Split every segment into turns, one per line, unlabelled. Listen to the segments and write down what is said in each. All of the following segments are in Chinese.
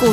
股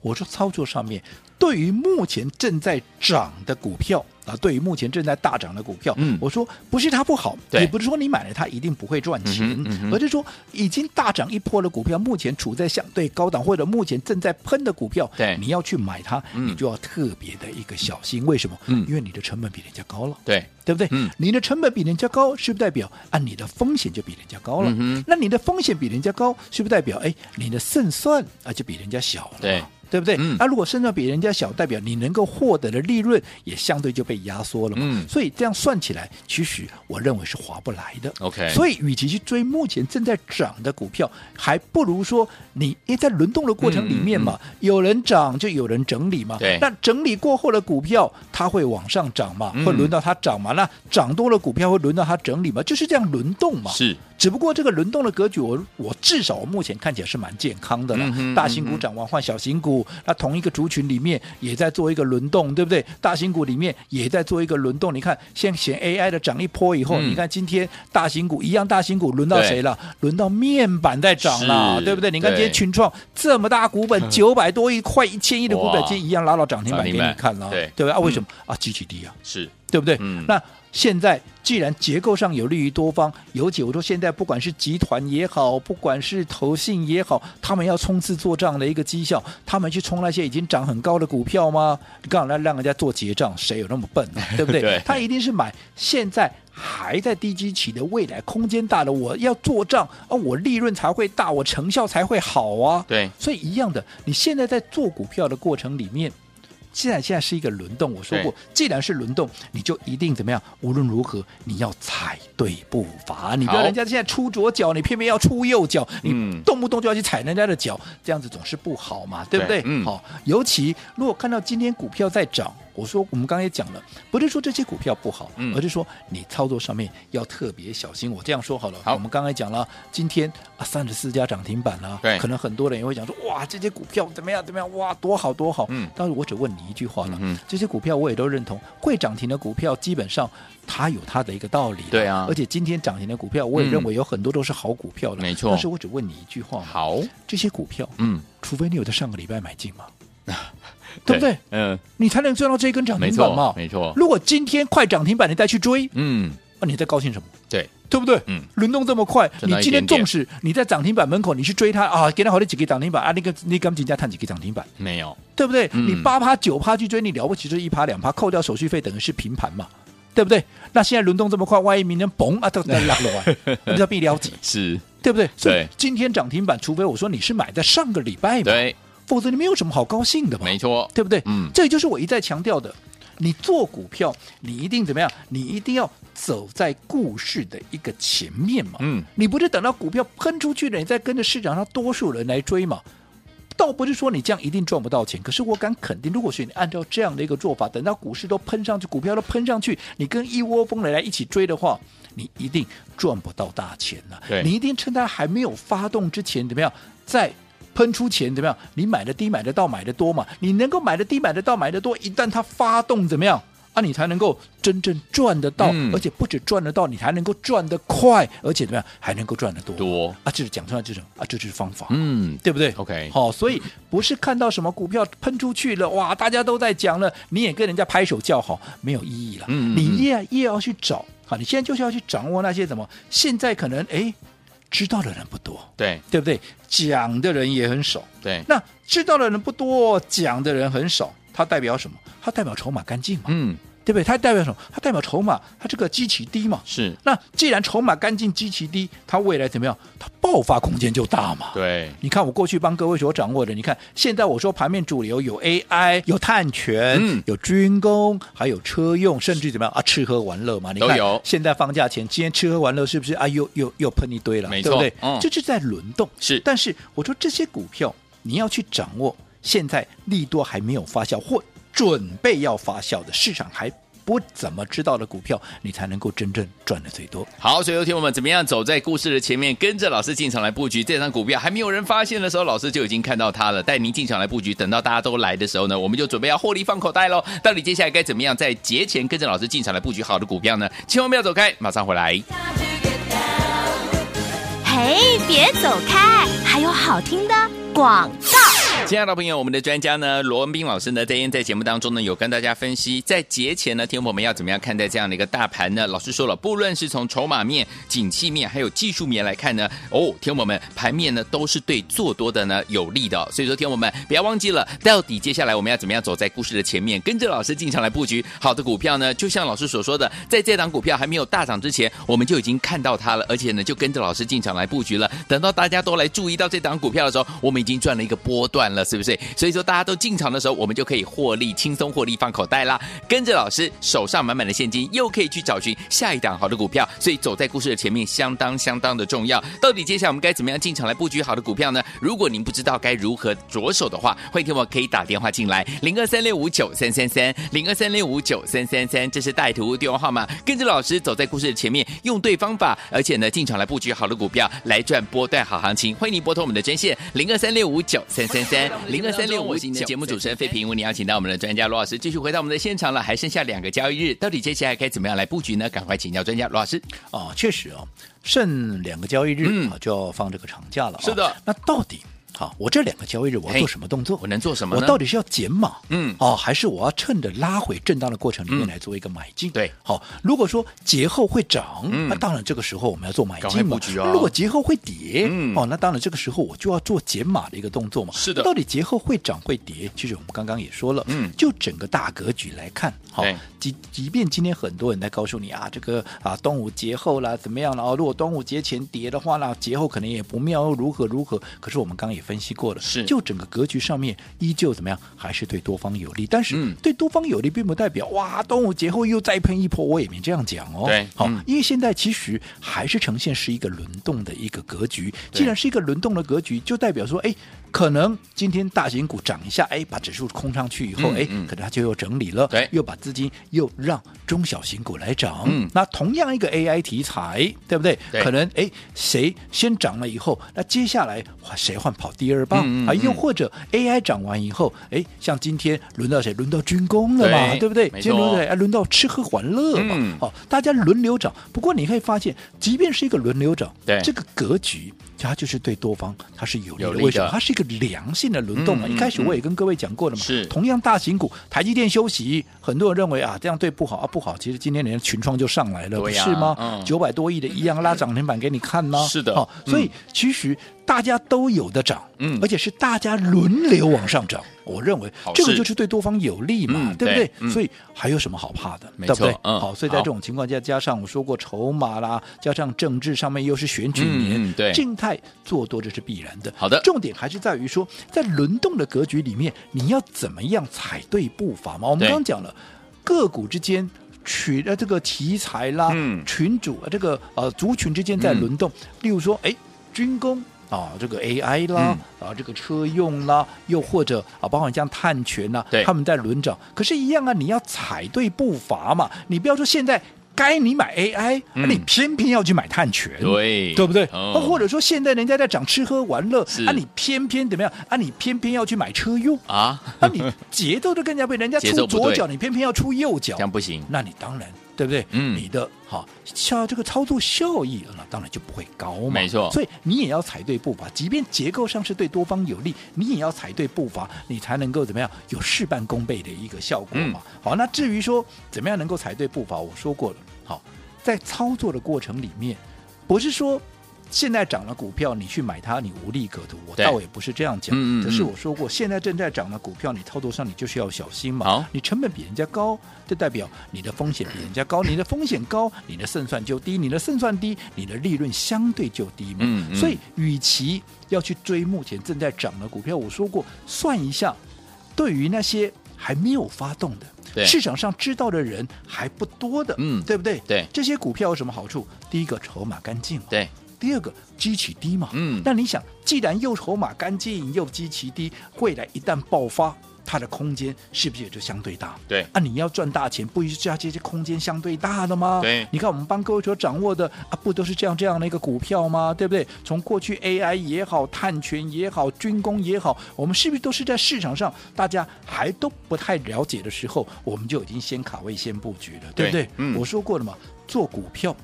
我说操作上面，对于目前正在涨的股票啊，对于目前正在大涨的股票，
嗯
我说不是它不好，
对
也不是说你买了它一定不会赚钱，
嗯哼嗯哼
而是说已经大涨一波的股票，目前处在相对高档或者目前正在喷的股票，
对
你要去买它，
嗯
你就要特别的一个小心。为什么？
嗯
因为你的成本比人家高了。
对，
对不对？
嗯
你的成本比人家高，是不是代表按你的风险就比人家高了？
嗯哼
那你的风险比人家高，是不是代表哎你的胜算啊就比人家小了？
对。
对不对？
嗯
那、如果胜算比人家小，代表你能够获得的利润也相对就被压缩了嘛。
嗯
所以这样算起来，其实我认为是划不来的。
OK
所以与其去追目前正在涨的股票，还不如说你因为在轮动的过程里面嘛，有人涨就有人整理嘛。
嗯对
那整理过后的股票，它会往上涨嘛，
嗯
会轮到它涨嘛。那涨多了股票会轮到它整理嘛，就是这样轮动嘛。
是，
只不过这个轮动的格局我，我至少我目前看起来是蛮健康的了。
嗯哼
大型股涨完换小型股，那同一个族群里面也在做一个轮动，对不对？大型股里面也在做一个轮动。你看，先嫌 AI 的涨一波以后，
嗯
你看今天大型股一样，大型股轮到
对
谁了？轮到面板在涨了，
是
对不对？你看今天
对
群创这么大 股本，九百多亿，快一千亿的股本
哇，
今天一样拉到涨停板
涨
给
停
你
板
看了，
对嗯
对吧？啊为什么啊？极其低啊，
是，
对不对？
嗯
那现在既然结构上有利于多方，尤其我说现在不管是集团也好，不管是投信也好，他们要冲刺做账的一个绩效，他们去冲那些已经涨很高的股票吗？你干嘛让让人家做结账？谁有那么笨呢、对不
对
对？他一定是买现在还在低基期的未来空间大的，我要做账啊，我利润才会大，我成效才会好啊。
对
所以一样的，你现在在做股票的过程里面，既然现在是一个轮动，我说过，既然是轮动，你就一定怎么样？无论如何，你要踩对步伐，你不
好
要人家现在出左脚，你偏偏要出右脚，
嗯
你动不动就要去踩人家的脚，这样子总是不好嘛，对不
对
对？
嗯
好，尤其如果看到今天股票在涨。我说，我们刚才也讲了，不是说这些股票不好，
嗯
而是说你操作上面要特别小心。我这样说好了，
好
我们刚才讲了，今天啊三十四家涨停板啊啦、
对
可能很多人也会讲说，哇，这些股票怎么样怎么样，哇，多好多好。
嗯
但是我只问你一句话了，
嗯哼
这些股票我也都认同，会涨停的股票基本上它有它的一个道理啦。
对啊
而且今天涨停的股票，我也
嗯
认为有很多都是好股票了。
没错
但是我只问你一句话嘛，
好，
这些股票，
嗯，
除非你有在上个礼拜买 进嘛，对不对？？
嗯，
你才能赚到这一根涨
没
停板嘛
错，。没错，
如果今天快涨停板你再去追，
嗯，
那、你在高兴什么？
对，
对不对？
嗯
轮动这么快，
赚
你
到一
今天
点点
纵使你在涨停板门口，你去追它啊，给它好的几个涨停板啊，那个那钢琴家探几个涨停板，
没有，
对不对？
嗯
你八趴九趴去追，你了不起就是一趴两趴，扣掉手续费等于是平盘嘛，对不对？那现在轮动这么快，万一明天嘣啊，都都拉落 来，那叫必了解，
是，
对不对？所以
对
今天涨停板，除非我说你是买在上个礼拜嘛，
对，
否则你没有什么好高兴的嘛，
没错，
对不对？
嗯
这就是我一再强调的，你做股票，你一定怎么样？你一定要走在故事的一个前面嘛。
嗯，
你不是等到股票喷出去了，你再跟着市场上多数人来追嘛？倒不是说你这样一定赚不到钱，可是我敢肯定，如果是你按照这样的一个做法，等到股市都喷上去，股票都喷上去，你跟一窝蜂的来一起追的话，你一定赚不到大钱呐、
对
你一定趁它还没有发动之前，怎么样，在喷出前怎么样，你买的低，买得到，买的多嘛？你能够买的低，买得到，买的多，一旦它发动怎么样？啊，你才能够真正赚得到，
嗯
而且不止赚得到，你还能够赚得快，而且怎么样，还能够赚得多。
多，
啊，这是讲出来这种啊，这就是方法，
嗯，
对不对
OK
好、所以不是看到什么股票喷出去了，哇，大家都在讲了，你也跟人家拍手叫好，没有意义了。
嗯嗯
你也也要去找啊，你现在就是要去掌握那些什么，现在可能哎知道的人不多，
对，
对不对？讲的人也很少，
对，
那知道的人不多，讲的人很少，它代表什么？它代表筹码干净嘛，
嗯，
对不对？它代表什么？它代表筹码，它这个基期低嘛，
是，
那既然筹码干净、基期低，它未来怎么样？它爆发空间就大嘛。
对，
你看我过去帮各位所掌握的，你看现在我说盘面主流有 AI、有碳权、
嗯
有军工，还有车用，甚至怎么样啊？吃喝玩乐嘛，你
都
看
有
现在放假前，今天吃喝玩乐是不是啊？又又又喷一堆了，
没
对不
错
对？
嗯
这就是在轮动。
是
但是我说这些股票你要去掌握，现在利多还没有发酵或准备要发酵的市场还。不怎么知道的股票，你才能够真正赚的最多。
好，所以有天我们怎么样走在故事的前面，跟着老师进场来布局这张股票，还没有人发现的时候，老师就已经看到它了，带您进场来布局。等到大家都来的时候呢，我们就准备要获利放口袋喽。到底接下来该怎么样在节前跟着老师进场来布局好的股票呢？千万不要走开，马上回来。
嘿，别走开，还有好听的广告。
亲爱的朋友，我们的专家呢，罗文斌老师呢，在今天在节目当中呢，有跟大家分析，在节前呢，听我们要怎么样看待这样的一个大盘呢？老师说了，不论是从筹码面、景气面，还有技术面来看呢，哦，听我们盘面呢都是对做多的呢有利的哦、所以说，听我们不要忘记了，到底接下来我们要怎么样走在故事的前面，跟着老师进场来布局好的股票呢？就像老师所说的，在这档股票还没有大涨之前，我们就已经看到它了，而且呢，就跟着老师进场来布局了。等到大家都来注意到这档股票的时候，我们已经赚了一个波段了，是不是？所以说大家都进场的时候，我们就可以获利，轻松获利放口袋啦。跟着老师手上满满的现金，又可以去找寻下一档好的股票，所以走在故事的前面相当相当的重要。到底接下来我们该怎么样进场来布局好的股票呢？如果您不知道该如何着手的话，欢迎听我可以打电话进来零二三六五九三三三零二三六五九三三三，这是带图电话号码。跟着老师走在故事的前面，用对方法，而且呢进场来布局好的股票，来赚波段好行情。欢迎您拨通我们的专线零二三六五九三三三零二三六五。我是你的节目主持人费平，为您邀请到我们的专家罗老师继续回到我们的现场了，还剩下两个交易日，到底接下来该怎么样来布局呢？赶快请教专家罗老师。
啊，确实啊，剩两个交易日、
嗯
啊就要放这个长假了、啊。
是的，
那到底好，我这两个交易日我要
嘿
做什么动作？
我能做什么
我
呢？
到底是要减码，
嗯
哦，还是我要趁着拉回震荡的过程里
嗯
面来做一个买进？
对，
好，如果说节后会涨，
嗯
那当然这个时候我们要做买
赶快
进嘛。
布局哦
如果节后会跌，
嗯
哦，那当然这个时候我就要做减码的一个动作嘛。
是的
那到底节后会涨会跌？其实我们刚刚也说了，
嗯
就整个大格局来看，好
对，
即即便今天很多人在告诉你啊，这个啊端午节后啦怎么样了哦，如果端午节前跌的话啦，节后可能也不妙，又如何如何。可是我们刚刚也分析过了，
是
就。就整个格局上面依旧怎么样，还是对多方有利。但是
嗯
对多方有利，并不代表哇，端午节后又再喷一波，我也没这样讲哦。
对
好、
嗯
因为现在其实还是呈现是一个轮动的一个格局。
对
既然是一个轮动的格局，就代表说，哎，可能今天大型股涨一下，哎，把指数空上去以后，
嗯
哎、
嗯
可能它就又整理了，
对
又把资金又让中小型股来涨。
嗯
那同样一个 AI 题材，对不对？
对
可能哎，谁先涨了以后，那接下来哇谁换跑第二棒、
嗯嗯
啊？
嗯
又或者 AI 涨完以后，哎，像今天轮到谁？轮到军工了嘛，
对
对不对？
没错
今天轮到谁？哎，轮到吃喝玩乐嘛。
嗯
好、大家轮流涨。不过你可以发现，即便是一个轮流涨，
对
这个格局。它就是对多方它是有利的，
有利的
为什么？它是一个良性的轮动嘛。啊
嗯嗯
一开始我也跟各位讲过了嘛，
是
同样大型股，台积电休息，很多人认为啊这样对不好啊不好，其实今天连群创就上来了，不
对呀
是吗
嗯？
九百、多亿的一样拉涨停板给你看呢、
是的
好、
嗯
所以其实大家都有的涨，
嗯
而且是大家轮流往上涨。我认为
好事
这个就是对多方有利嘛，
嗯
对不
对嗯
所以还有什么好怕的，
没
对不对
错？嗯
好，所以在
好
这种情况下，加上我说过筹码啦，加上政治上面又是选举年，
嗯嗯对
静态做多这是必然的。
好的
重点还是在于说，在轮动的格局里面，你要怎么样踩对步伐嘛？我们
对
刚刚讲了，个股之间。群呃这个题材啦，
嗯
群主呃这个呃族群之间在
嗯
轮动，例如说哎军工啊这个 AI 啦、
嗯
啊这个车用啦，又或者啊包括像碳权呐、
对
他们在轮涨，可是，一样啊，你要踩对步伐嘛，你不要说现在。该你买 AI，、啊
嗯
你偏偏要去买碳权，
对
对不对？
哦
或者说现在人家在涨吃喝玩乐
是，
啊，你偏偏怎么样？啊，你偏偏要去买车用，
啊，
啊，你节奏都更加被人 家
节奏
出
不对
左脚，你偏偏要出右脚
这，样不行。
那你当然对不对？
嗯
你的好效这个操作效益，那当然就不会高嘛。
没错
所以你也要踩对步伐，即便结构上是对多方有利，你也要踩对步伐，你才能够怎么样有事半功倍的一个效果嘛。
嗯
好，那至于说怎么样能够踩对步伐，我说过了，好，在操作的过程里面，不是说。现在涨了股票，你去买它，你无利可图。我
对
倒也不是这样讲，
嗯嗯
只是
嗯
我说过，现在正在涨的股票，你操作上你就是要小心嘛。
好
你成本比人家高，就代表你的风险比人家高，你的风险高，你的胜算就低，你的胜算低，你的利润相对就低嘛。
嗯嗯
所以，与其要去追目前正在涨的股票，我说过，算一下，对于那些还没有发动
对
的，市场上知道的人还不多的，
嗯
对不对？
对
这些股票有什么好处？第一个，筹码干净嘛。
对，
第二个基期低嘛，
嗯
那你想，既然又筹码干净又基期低，未来一旦爆发，它的空间是不是也就相对大？
对
啊，你要赚大钱，不一定要这些空间相对大的吗？
对
你看我们帮各位所掌握的啊，不都是这样这样的一个股票吗？对不对？从过去 AI 也好，碳权也好，军工也好，我们是不是都是在市场上大家还都不太了解的时候，我们就已经先卡位先布局了，对不
对
对？
嗯
我说过了嘛，做股票。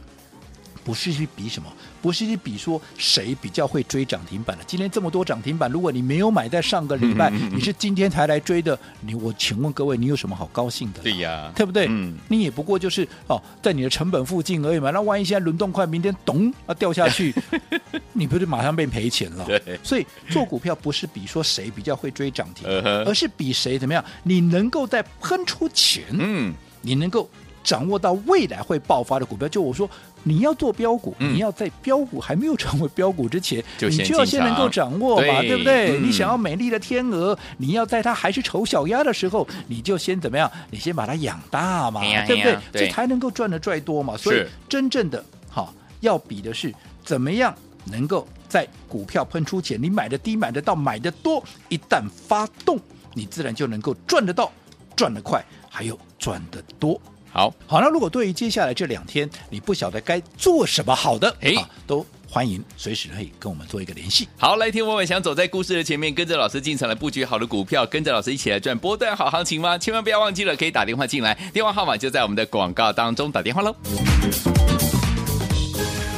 不是去比什么，不是去比说谁比较会追涨停板的。今天这么多涨停板，如果你没有买在上个礼拜，
嗯嗯嗯嗯
你是今天才来追的，你我请问各位，你有什么好高兴的？
对呀，
对不对？
嗯，
你也不过就是哦，在你的成本附近而已嘛。那万一现在轮动快，明天咚啊掉 下去，你不是马上被赔钱了？
对
所以做股票不是比说谁比较会追涨停，
嗯哼
而是比谁怎么样，你能够在喷出前，
嗯，
你能够掌握到未来会爆发的股票。就我说，你要做标股，
嗯
你要在标股还没有成为标股之前，
就
你
先
就要
进
先能够
场
掌握嘛，
对
对不对？
嗯
你想要美丽的天鹅，你要在它还是丑小鸭的时候，你就先怎么样？你先把它养大嘛
哎呀，
对不
哎
对
呀？对
这才能够赚的赚多嘛。所以
是
真正的哈、要比的是怎么样能够在股票喷出前，你买的低，买得到，买得多，一旦发动，你自然就能够赚得到，赚得快，还有赚得多。
好，
好，那如果对于接下来这两天你不晓得该做什么好的，
哎
啊都欢迎随时可以跟我们做一个联系。
好，来听我们想走在故事的前面，跟着老师进场来布局好的股票，跟着老师一起来赚波段好行情吗？千万不要忘记了，可以打电话进来，电话号码就在我们的广告当中，打电话喽。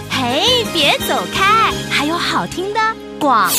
嘿，别走开，
还有好听的广。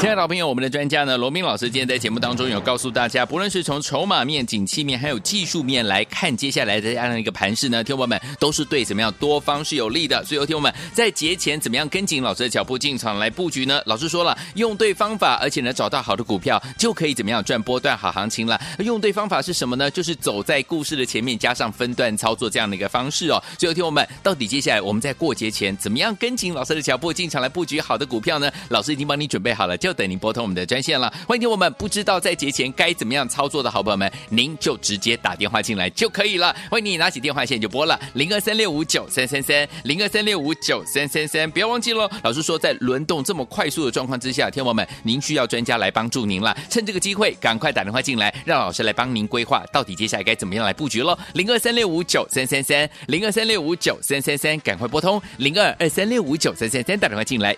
亲爱的老朋友，我们的专家呢，罗明老师今天在节目当中有告诉大家，不论是从筹码面、景气面，还有技术面来看，接下来的这样的一个盘势呢，听众朋友们都是对怎么样多方是有利的。所以，有听众们在节前怎么样跟紧老师的脚步进场来布局呢？老师说了，用对方法，而且呢找到好的股票，就可以怎么样赚波段好行情了。用对方法是什么呢？就是走在故事的前面，加上分段操作这样的一个方式哦。所以，有听众们到底接下来我们在过节前怎么样跟紧老师的脚步进场来布局好的股票呢？老师已经帮你准备好了，就等您拨通我们的专线了。欢迎听我们不知道在节前该怎么样操作的好朋友们，您就直接打电话进来就可以了。欢迎你拿起电话线就拨了零二三六五九三三三零二三六五九三三三，不要忘记喽。老师说，在轮动这么快速的状况之下，天王们，您需要专家来帮助您了。趁这个机会，赶快打电话进来，让老师来帮您规划到底接下来该怎么样来布局喽。零二三六五九三三三零二三六五九三三三，赶快拨通零二二三六五九三三三，打电话进来